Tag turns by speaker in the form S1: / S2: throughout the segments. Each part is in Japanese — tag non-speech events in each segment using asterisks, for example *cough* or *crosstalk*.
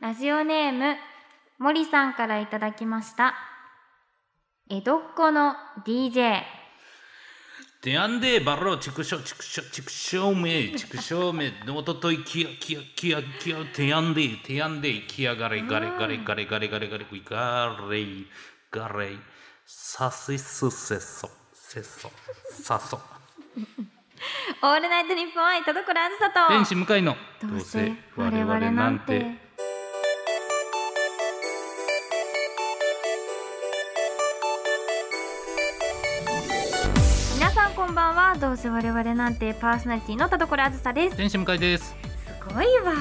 S1: ラジオネーム、森さんからいただきました。江戸っ子の DJ。
S2: でやんでバロ畜生畜生畜生め畜生めおとといきやきやきやきやてやんでてやんでいきやがれがれがれがれがれがれがれがれがれさせすせそせそさそ
S1: オールナイトニッポン愛田所あずさと。
S2: 天使向かいの
S1: どうせ我々なんて。皆さんこんばんは。どうせ我々なんてパーソナリティの田所あずさです。
S2: 天使向かいです
S1: すごいわ。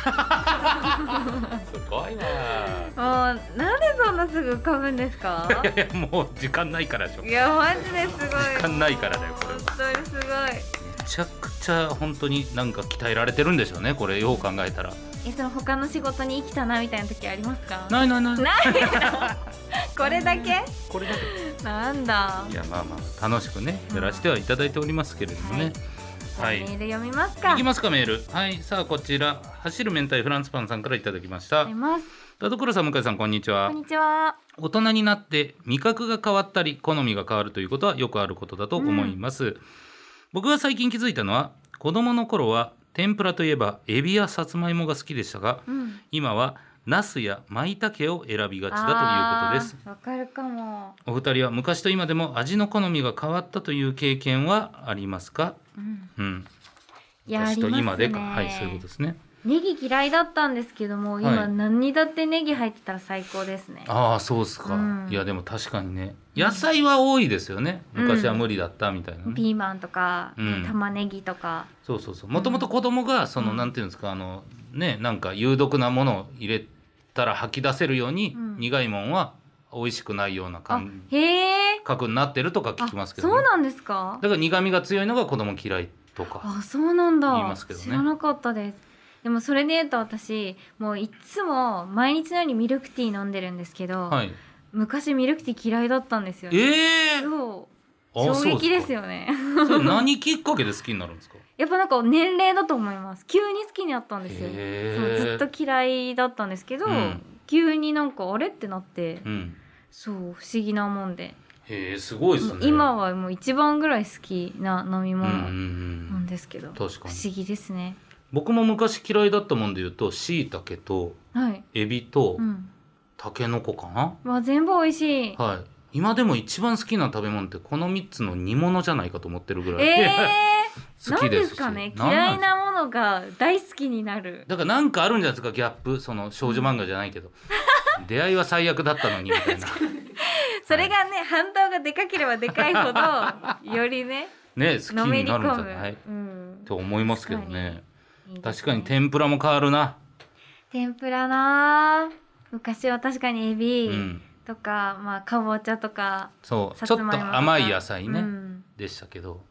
S2: すごいな
S1: もうなんでそんなすぐ浮かぶんです *laughs* か？
S2: いやいやもう時間ないからでしょ
S1: いやマジですごい。 *laughs*
S2: 時間ないからだよこれは
S1: 本当にすごい。
S2: めちゃくちゃ本当になんか鍛えられてるんでしょうねこれよう考えたら
S1: えその他の仕事に生きたなみたいな時ありますか？
S2: ないないない
S1: ないのこれだ
S2: *laughs*
S1: け？
S2: これだけ
S1: なんだ。
S2: いやまあまあ楽しくねやらせてはいただいておりますけれどもね。はい。
S1: じゃあメ
S2: い
S1: ール読みますか。
S2: きますかメール。はい。さあこちら走る明太フランスパンさんからいただきまし
S1: あ
S2: た
S1: り。ます。
S2: 田所さん向井さんこんにち
S1: こ
S2: は
S1: ん。にちは。
S2: 大人になって味覚が変わったり好みが変わるということはよくあることだと思います。僕が最近気づいたのは子供の頃は天ぷらといえばエビやさつまいもが好きでしたが
S1: うん。
S2: 今はナスや舞茸を選びがちだということです。
S1: あーわかるかも。
S2: お二人は昔と今でも味の好みが変わったという経験はありますか
S1: うん。
S2: うん、
S1: いや
S2: 昔と今でか、
S1: ありますね
S2: はい、そういうことですね。
S1: ネギ嫌いだったんですけども、
S2: は
S1: 今
S2: い
S1: 何にだってネギ入ってたら最高ですね。
S2: ああ、そうですか、
S1: うん
S2: いや、でも確かにね、野菜は多いですよね。
S1: うん
S2: 昔は無理だったみたいなね、
S1: ピーマンとか、
S2: うん
S1: 玉ねぎとか。
S2: そうそうそう、もともと子供が、その、
S1: うん
S2: なんていうんですか、あの、ね、なんか有毒なものを入れたら吐き出せるように、
S1: うん
S2: 苦いもんは美味しくないような
S1: あ
S2: 感、
S1: へえ。
S2: 覚になってるとか聞きますけど、ね。
S1: そうなんですか。
S2: だから苦味が強いのが子供嫌いとか。
S1: あ、そうなんだ。
S2: 言いますけどね
S1: 知らなかったです。でもそれで言うと私もういっつも毎日のようにミルクティー飲んでるんですけど、
S2: はい。
S1: 昔ミルクティー嫌いだったんですよ、
S2: え
S1: ね。
S2: えー。
S1: そう
S2: あ
S1: 衝撃です。よね。 *laughs*
S2: そうすかそれ何きっかけで好きになるんですか。
S1: やっぱなんか年齢だと思います。急に好きになったんですよ。
S2: へ
S1: そう
S2: ー
S1: ずっと嫌いだったんですけど、
S2: うん
S1: 急になんかあれってなって、
S2: うん。
S1: そう不思議なもんで、
S2: へえ、すごいですね。
S1: 今
S2: は。
S1: はもう一番ぐらい好きな飲み
S2: うんうん
S1: 物
S2: う
S1: なん
S2: ん。
S1: ですけど、不
S2: 確か
S1: 思
S2: に。
S1: 議ですね。
S2: 僕も昔嫌いだったもんで言うと、椎茸と
S1: はい。
S2: エビと
S1: うん。
S2: タケノコかな。
S1: まあ全部美味しい。
S2: はい。今でも一番好きな食べ物ってこの三つの煮物じゃないかと思ってるぐらい、
S1: えー、
S2: 好
S1: な
S2: き
S1: んで
S2: です
S1: す
S2: し
S1: かね
S2: ん
S1: 嫌
S2: ん
S1: い
S2: です
S1: な
S2: か
S1: ものが大好きになる。
S2: だからなんかあるんじゃないですかギャップその少女漫画じゃないけ
S1: *laughs*
S2: ど出会いは最悪だったのにみたいな
S1: それがね反動がでかければでかいほどよりね
S2: ね好き
S1: のめ
S2: に
S1: り
S2: な
S1: 込
S2: るんじ
S1: む。
S2: ゃない
S1: うん
S2: と思いますけどね
S1: いいですね
S2: 確かに天ぷらも変わるな、
S1: 天ぷらなあ昔は確かにエ
S2: う
S1: ビ
S2: ん、
S1: とか、まあかぼちゃとか
S2: そうち
S1: さ
S2: ょ
S1: つ
S2: っ
S1: まいも
S2: と甘い野菜ね、
S1: うん
S2: でしたけど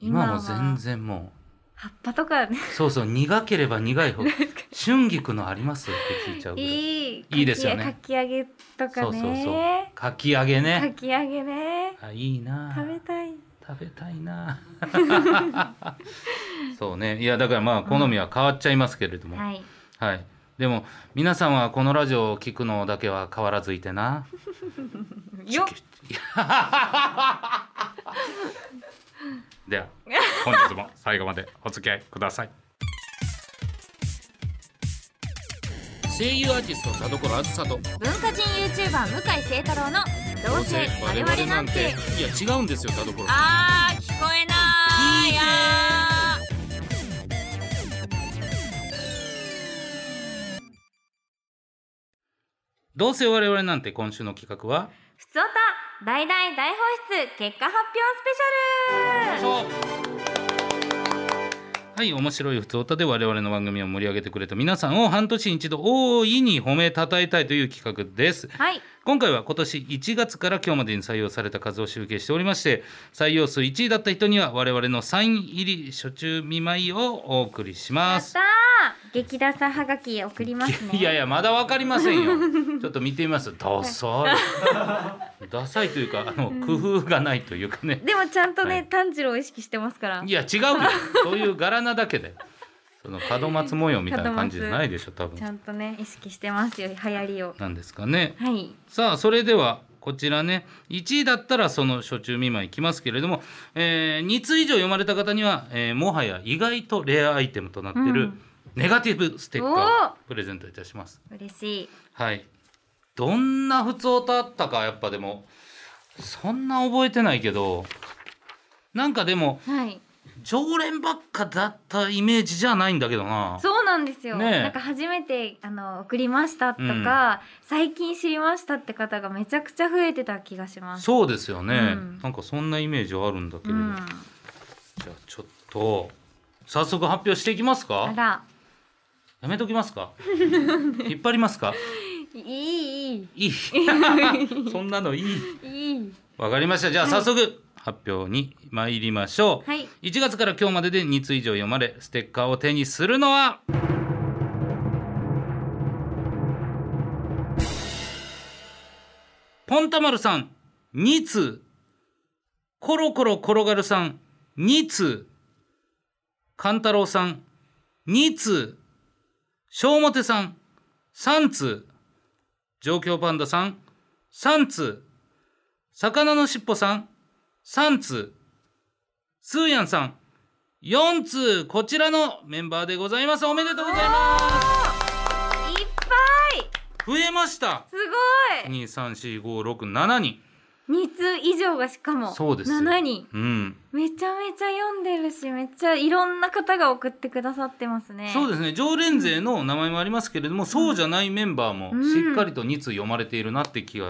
S1: 今
S2: 今
S1: は
S2: も全然も
S1: 葉っぱとかね
S2: うそうそう苦ければ苦い
S1: *laughs*
S2: ほど春菊のありますって聞いちゃうぐらい
S1: いい
S2: *laughs* いいですよね
S1: かき揚げかき揚げと
S2: そ
S1: か
S2: うそうそう
S1: ね
S2: かき揚げ
S1: か
S2: ね
S1: き揚げね
S2: あいいな
S1: 食べたい
S2: 食べたい
S1: *laughs*
S2: なそうねいやだからまあ好みは変わっちゃいますけれども、
S1: はい
S2: はい。でも皆さんはこのラジオを聞くのだけは変わらずいてな。
S1: よっ
S2: では本
S1: *laughs*
S2: 日も最後までお付き合いください。声優アーティスト田所あずさと
S1: 文化人 YouTuber 向井聖太郎の「どうせ我々なんて
S2: いや違うんですよ田所」
S1: あー聞こえないや
S2: どうせ我々なんて今週の企画は
S1: ふつおた大大大放出結果発表スペシャル
S2: はい面白い普通歌で我々の番組を盛り上げてくれた皆さんを半年に一度大いに褒めたたえたいという企画です
S1: はい
S2: 今回は今年1月から今日までに採用された数を集計しておりまして採用数1位だった人には我々のサイン入り初中見舞いをお送りし
S1: や
S2: ま
S1: っ
S2: す
S1: たー激ダサはがき送りますね
S2: いやいやまだわかりませ
S1: *laughs*
S2: んよちょっと見てみますダサいダサいというかあの工夫がないというかね
S1: でもちゃんとね、
S2: はい
S1: 炭治郎を意識してますから
S2: いや違うよそういう柄なだけでその門松模様みたいな感じじゃないでしょ多
S1: *laughs* ちゃ
S2: 分
S1: んとね意識してますよ流行りを
S2: なんですかね
S1: はい
S2: さあそれではこちらね1位だったらその初中見舞いいきますけれども、え2通以上読まれた方には、えーもはや意外とレアアイテムとなって
S1: う
S2: る
S1: ん
S2: ネガティブステッカーを
S1: お
S2: プレゼントいたします。
S1: 嬉しい
S2: はいどんな普通とあったかやっぱでもそんな覚えてないけどなんかでも
S1: はい
S2: 常連ばっかだったイメージじゃないんだけどな。
S1: そうなんですよ、
S2: ねえ
S1: なんか初めてあの送りましたとか、最近知りましたって方がめちゃくちゃ増えてた気がします
S2: そうですよね、
S1: うん
S2: なんかそんなイメージはあるんだけれど、
S1: ん、
S2: じゃあちょっと早速発表していきます
S1: あ
S2: からやめときま
S1: *laughs*
S2: すか引っ張りますか
S1: いいい *laughs*
S2: いいそんなのいい
S1: いいい
S2: わかりましたじゃあ
S1: はい
S2: 早速発表に参りましょう、
S1: はい
S2: 1月から今日までで2通以上読まれステッカーを手にするのはポンタマルさん2通コロコロ転がるさん2通カンタロウさん2通小モテさん3通上京パンダさん3通魚のしっぽさん3通スーヤンさん4通こちらのメンバーでございますおめでとうございます
S1: いっぱい
S2: 増えました
S1: すごい
S2: 234567人
S1: 2通以上がしかも
S2: そうですよ
S1: 7人
S2: うん、
S1: めちゃめちゃ読んでるしめっちゃいろんな方が送ってくださってますね
S2: そう
S1: で
S2: ですね常連勢の名前もありますけれども、そうじゃないメンバーも
S1: うん
S2: しっかりと2通読まれているなって気が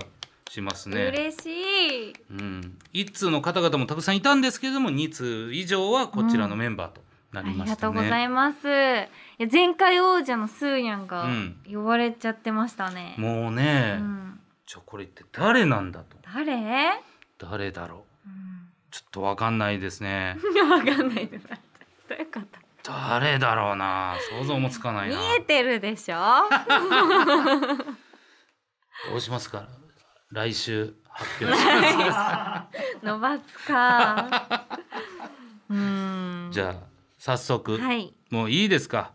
S2: しますね、
S1: 嬉しい
S2: うん、1通の方々もたくさんいたんですけれども2通以上はこちらのメンバーとな
S1: あ
S2: り
S1: り
S2: ま
S1: が
S2: し
S1: と
S2: た
S1: う
S2: ね、
S1: ございますいや前回王者のスーヤンが
S2: うん
S1: 呼ばれちゃってましたね、
S2: もう
S1: う
S2: ね、
S1: ん、
S2: じゃあこれって誰なんだと
S1: 誰、う、
S2: 誰だろうんちょっとわかんないですね
S1: わかんない *laughs* ですどういうこ
S2: 誰だろうな想像もつか
S1: と
S2: ない
S1: 見
S2: な
S1: えてるで
S2: *laughs*
S1: しょ
S2: どうしますか来週発表します
S1: 伸ばすかうん
S2: じゃあ早速、
S1: はい
S2: もういいですか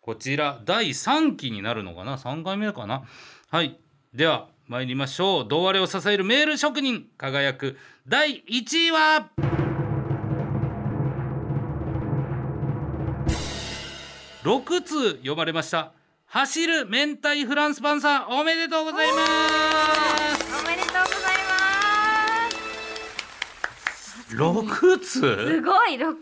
S2: こちら第3期になるのかな3回目かなはいでは参りましょう童話れを支えるメール職人輝く第1位は6通呼ばれました走る明太フランスパンさんおめでとうございます
S1: おめでとうございます
S2: 6
S1: す
S2: 通
S1: ごい6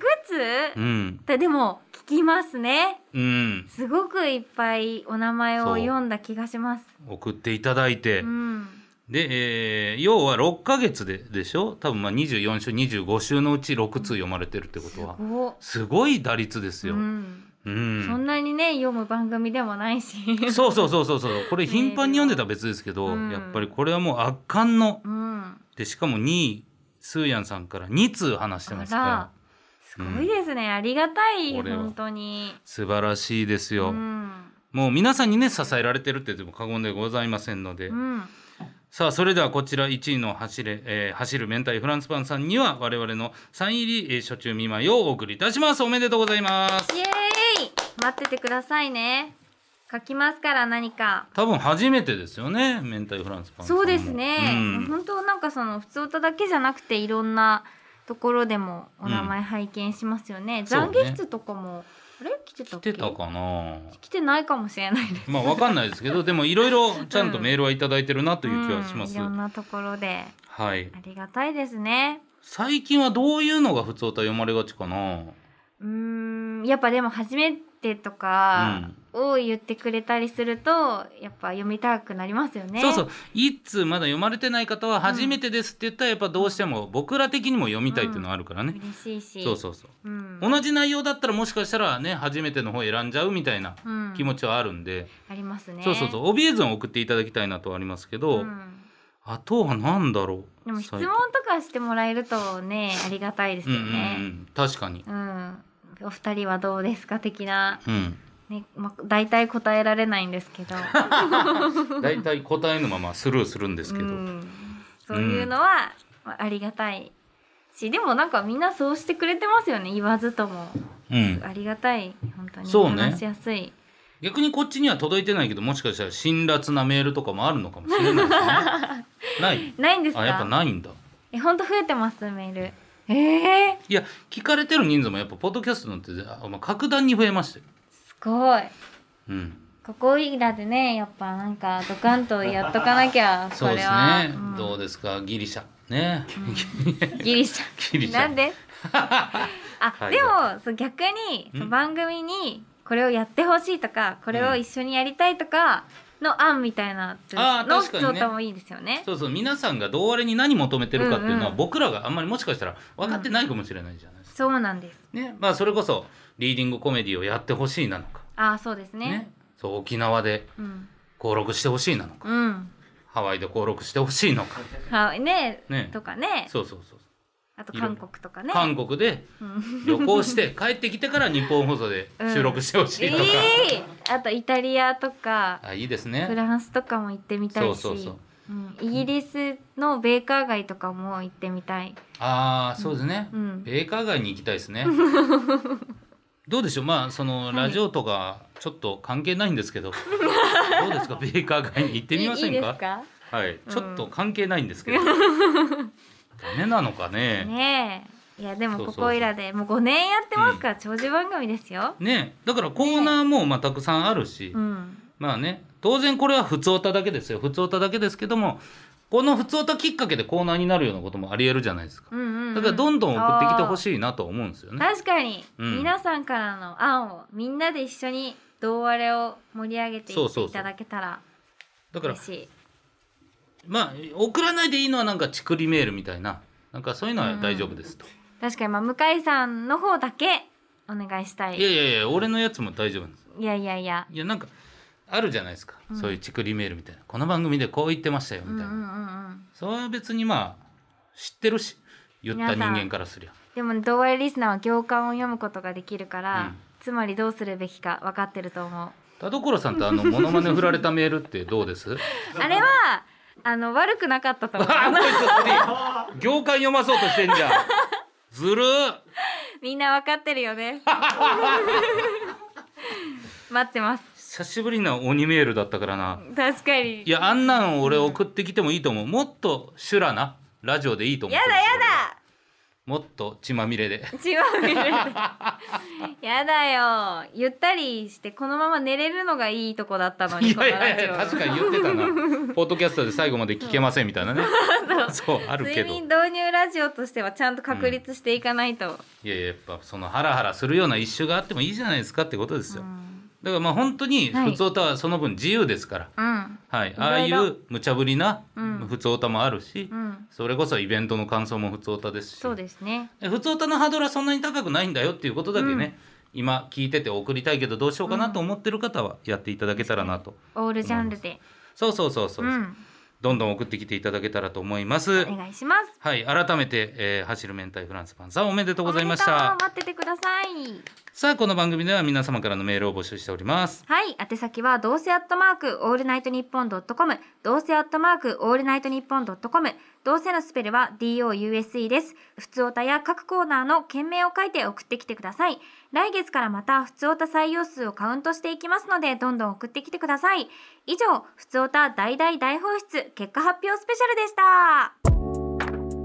S1: 通
S2: う、ん
S1: だでも聞きますね
S2: うん
S1: すごくいっぱいお名前を読んだ気がします
S2: 送っていただいて、
S1: うん
S2: で、えー要は6ヶ月ででしょ多分まあ24週25週のうち6通読まれてるってことは
S1: お
S2: すごい打率ですよ。
S1: う
S2: うん
S1: んそんなにね読む番組でもないし
S2: そうそうそうそうそうこれ頻繁に読んでたら別ですけど、
S1: うん
S2: やっぱりこれはもう圧巻の
S1: うん
S2: でしかも2位スーヤンさんから2通話してますから
S1: あらすごいですね、ありがたい
S2: これは
S1: 本当に
S2: 素晴らしいです
S1: う
S2: よ、
S1: ん、
S2: もう皆さんにね支えられてるって言っても過言でございませんので、
S1: うん、
S2: さあそれではこちら1位の走れ、えー走る明太フランスパンさんには我々のサイン入り、えー、初中見舞いをお送りいたしますおめでとうございます
S1: イエーイ待っててくださいね書きますから何か
S2: 多分初めてですよね明太フランスパンさん
S1: そ
S2: も
S1: うですね、
S2: うん
S1: 本当なんかその普通歌だけじゃなくていろんなところでもお名前拝見しますよね、
S2: そうね
S1: 懺悔室とかもあれ来てたっ
S2: 来
S1: け
S2: てたかな
S1: 来てないかもしれないです
S2: まあわかんないですけ
S1: *laughs*
S2: どでもいろいろちゃんとメールはいただいてるな *laughs* という気はします、
S1: うんいろんなところで
S2: はい
S1: ありがたいですね
S2: 最近はどういうのが普通歌読まれがちかな
S1: うーんやっぱでも初めてとかを言ってくれたりするとやっぱ読みたくなりますよね。
S2: そうそう一通まだ読まれてない方は初めてですって言ったらやっぱどうしても僕ら的にも読みたいっていうのはあるからね、
S1: 嬉しいし
S2: そうそうそ
S1: う、
S2: う
S1: ん
S2: 同じ内容だったらもしかしたらね初めての方選んじゃうみたいな
S1: うん、
S2: 気持ちはあるんで、
S1: ありますね。
S2: そうそうそうオビエズンを送っていただきたいなとはありますけど、
S1: ん
S2: あとは何だろう
S1: でも質問
S2: 最
S1: と
S2: 近
S1: かしてもらえるとねありがたいです
S2: うんう
S1: よ
S2: んう
S1: ね。
S2: ん確かに、
S1: うんお二人はどうですか的な、 *laughs*
S2: うん、
S1: ねまあ、大体答えられないんです
S2: *laughs*
S1: けど
S2: だいたい答えのままスルーするんですけど、
S1: うんそういうのは、まあ、ありがたいしでもなんかみんなそうしてくれてますよね言わずとも。
S2: うん
S1: ありがたい本当に
S2: そうね
S1: 話しやすい、
S2: 逆にこっちには届いてないけどもしかしたら辛辣なメールとかもあるのかもしれないですねない
S1: ないんです
S2: あやっ
S1: か
S2: ぱないんだ
S1: え本当増えてますメールええ
S2: いや聞かれてる人数もやっぱポッドキャストなんてあまあ格段に増えましたよ、
S1: すごい
S2: うん、
S1: ここいらでねやっぱなんかドカンとやっとかなきゃそ
S2: そうで
S1: れ
S2: す
S1: は
S2: ね、
S1: ん
S2: どうですかギリシャね、
S1: ギリシ
S2: ギリ
S1: ャ
S2: シャ
S1: なん
S2: *laughs*
S1: であ、
S2: はい
S1: でもそう逆に
S2: うん
S1: そう番組にこれをやってほしいとかこれを一緒にやりたいとかの案みたいな
S2: あー
S1: の
S2: 確かにね
S1: 状態もいいですよね
S2: そうそう皆さんがどうあれに何求めてるかっていうのは、
S1: うんうん
S2: 僕らがあんまりもしかしたら分かってないかもしれないじゃないですか、
S1: そうなんです
S2: ねまあそれこそリーディングコメディをやってほしいなのか
S1: あーそうですね
S2: そう沖縄で
S1: うん
S2: 登録してほしいなのか
S1: うん
S2: ハワイで登録してほしいのか
S1: はいね
S2: ね
S1: とかね
S2: そうそうそう
S1: あと韓国とかね
S2: 韓国で
S1: うん
S2: 旅行して帰ってきてから日本放送で収録してほし
S1: え
S2: いとか、
S1: ーあとイタリアとか
S2: *laughs* あいいです
S1: フ
S2: ね
S1: ランスとかも行ってみた
S2: そ
S1: いうし
S2: そうそう
S1: うん、イギリスのベーカー街とかも行ってみたい、
S2: ああそうですね、
S1: うん、
S2: ベーカー街に行きたいで
S1: *laughs*
S2: すねどうでしょうまあその
S1: い
S2: ラジオとかちょっと関係ないんですけど、どうですかベーカー街に行ってみません
S1: いいい
S2: か
S1: ですか
S2: はい
S1: うん
S2: ちょっと関係ないんですけど、ダメなのかねね
S1: ねえいやでも
S2: そうそう
S1: こ
S2: そう
S1: こいらでもう5年やってますから、長寿番組ですよ、
S2: だからコーナーもまあたくさんあるし、
S1: うん、
S2: まあね当然これは普通歌だけですよ普通歌だけですけどもこの普通歌きっかけでコーナーになるようなこともありえるじゃないですか
S1: うんうんうん
S2: だからどんどん送ってきてほ
S1: い
S2: しいなと思うんですよね
S1: 確かに、
S2: うん
S1: 皆さんからの案をみんなで一緒に胴割れを盛り上げてい
S2: そ
S1: うって
S2: そうそう
S1: いただけたら
S2: だから
S1: 嬉しい
S2: まあ送らないでいいのはなんかチクリメールみたいななんかそういうのは大丈夫ですと、
S1: 確かにまあ向井さんの方だけお願いしたい
S2: いやいやいや俺のやつも大丈夫なんです
S1: いやいやいや
S2: いやなんかあるじゃないですか、
S1: うん
S2: そういうチクリメールみたいなこの番組でこう言ってましたよ
S1: うん
S2: み
S1: うんう
S2: たいな、
S1: んうん
S2: それは別にまあ知ってるし言った人間からすりゃ
S1: でも同割リスナーは行間を読むことができるから、
S2: うん
S1: つまりどうするべきか分かってると思う
S2: 田所さんとあのモノマネ振られたメールってどうです
S1: *laughs* あれはあの悪くなかったと思う
S2: ああこいつ行間読まそうとしてんじゃんずるー
S1: みんな分かってるよ
S2: *laughs*
S1: ね待ってます
S2: 久しぶりな鬼メールだったからな
S1: 確かに
S2: いやあんなん俺送ってきてもいいと思うもっと修羅なラジオでいいと思う
S1: やだや
S2: もっと血まみれで
S1: だ血まみれてやだよゆったりしてこのまま寝れるのがいいとこだったのに
S2: い
S1: この
S2: やい
S1: ラ
S2: や
S1: ジ
S2: いや確
S1: オ
S2: かに言ってた
S1: *laughs*
S2: なポッドキャストで最後まで聞けませんみたいなねそうある
S1: 睡
S2: けど
S1: 眠導入ラジオとしてはちゃんと確立していかないと、
S2: いやいややっぱそのハラハラするような一周があってもいいじゃないですかってことです
S1: う
S2: よ
S1: ん
S2: だからまあ本当に
S1: はい
S2: 普通歌はその分自由ですから
S1: うん
S2: はい
S1: いろ
S2: ああい
S1: いろ
S2: う無茶ぶりな
S1: うん
S2: 普通歌もあるし
S1: うん
S2: それこそイベントの感想も普通歌ですし
S1: そうですね
S2: で普通歌のハードルはそんなに高くないんだよっていうことだけね、今聞いてて送りたいけどどうしようかなと思ってる方はやっていただけたらなと、
S1: オールジャンルで
S2: そうそうそうそう、
S1: うん
S2: どんどん送ってきていただけたらと思います、
S1: お願いします
S2: はい改めて、えー走る明太フランスパンさんおめでとうございまし
S1: おめでと
S2: た
S1: う待っててください
S2: さあこの番組では皆様からのメールを募集しております
S1: はい宛先はどうせアットマークオールナイトニッポンドットコムどうせアットマークオールナイトニッポンドットコムどうせのスペルは DOUSE です普通おたや各コーナーの件名を書いて送ってきてください来月からまた普通おた採用数をカウントしていきますのでどんどん送ってきてください以上普通おた大大大放出結果発表スペシャルでした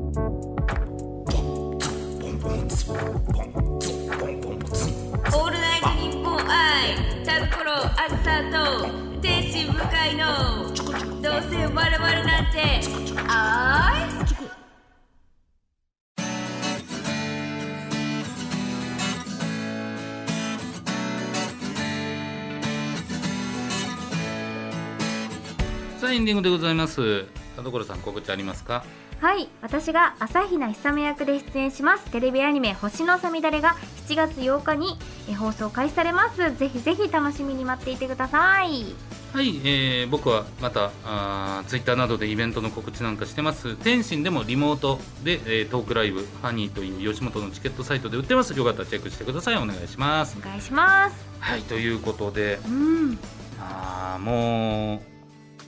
S1: オールナイトニッポン愛タブコロアスターと天使向かいのどうせ我々なんて愛
S2: さあエンディングでございます田所さん告知ありますか
S1: はい私が朝比奈久美役で出演しますテレビアニメ「星のさみだれ」が7月8日にえ放送開始されますぜひぜひ楽しみに待っていてください
S2: はい、えー僕はまたあツイッター Twitter などでイベントの告知なんかしてます天津でもリモートで、えートークライブハニーという吉本のチケットサイトで売ってますよかったらチェックしてくださいお願いします
S1: お願いします
S2: はいということで
S1: うん
S2: あーもう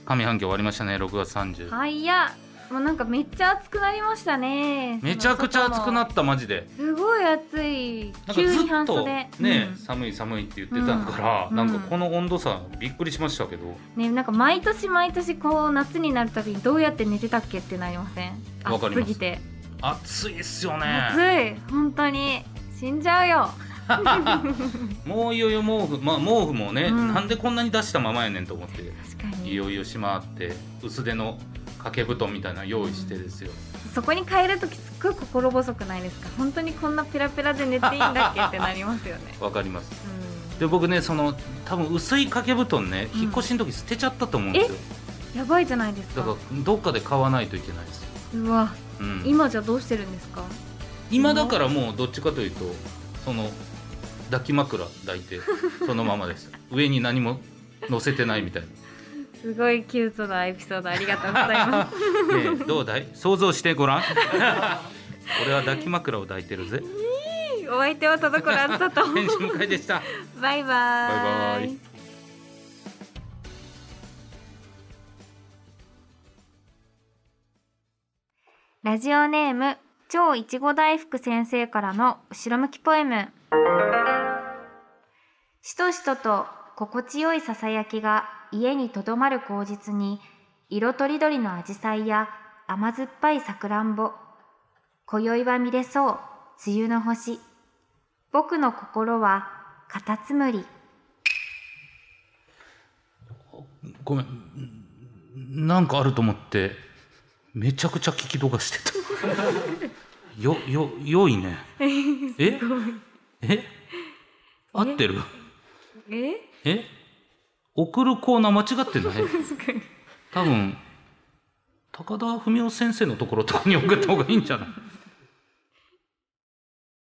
S2: 上半期終わりましたね6月30
S1: はいやもうなんかめっちゃ暑くなりましたね
S2: めちゃくちゃ暑くな
S1: っ
S2: ったマジです
S1: ごい暑い
S2: なんか
S1: 急
S2: ず
S1: に半
S2: っと
S1: 袖
S2: ね、寒い寒いって言ってたから、
S1: うん
S2: なんかこの温度差びっくりしましたけど、
S1: うん、ねなんか毎年毎年こう夏になるたびにどうやって寝てたっけってなりません
S2: わか
S1: 暑
S2: り
S1: す
S2: ます
S1: ぎて
S2: 暑いっすよ
S1: 暑
S2: ね
S1: い本当に死んじゃうよ
S2: もういよいよ毛布まあ毛布もね、
S1: うん
S2: なんでこんなに出したままやねんと思って
S1: 確か
S2: い
S1: に
S2: よいよしまって薄手の掛け布団みたいなの用意してですよ、
S1: そこに帰る時すっごい心細くないですか本当にこんなペラペラで寝ていいんだっけってなりますよね
S2: わかります
S1: う
S2: で僕ねその多分薄い掛け布団ね
S1: うん
S2: 引っ越しの時捨てちゃったと思うんですよ、
S1: んやばいじゃないです
S2: だ
S1: か
S2: からどっかで買わないといけないですよ、
S1: うわ
S2: うん、今
S1: 今じゃどうしてるんですか
S2: だからもうどっちかというとその抱き枕
S1: *laughs*
S2: 抱いてそのままです上に何も乗せてないみたい
S1: すごいキュートなエピソードありがとうござい
S2: な
S1: ま
S2: *laughs* ねえどうだい想像してご
S1: *laughs*
S2: らん俺は抱き枕を抱いてるぜ
S1: すお相手は田所あず
S2: *laughs*
S1: さと
S2: 編集会でした
S1: バイバ
S2: バイ
S1: イ
S2: バイ
S1: ラジオネーム超いちご大福先生からの後ろ向きポエムしとしとと心地よいささやきが家にとどまる口実に色とりどりのアジサイや甘酸っぱいさくらんぼ今宵は見れそう梅雨の星僕の心はカタツムリ
S2: ごめんなんかあると思ってめちゃくちゃ聞き逃してた *laughs* よよ良いねええ合ってる
S1: え
S2: え送るコーナー間違ってない多分高田文夫先生のところとかに送った方がいいんじゃない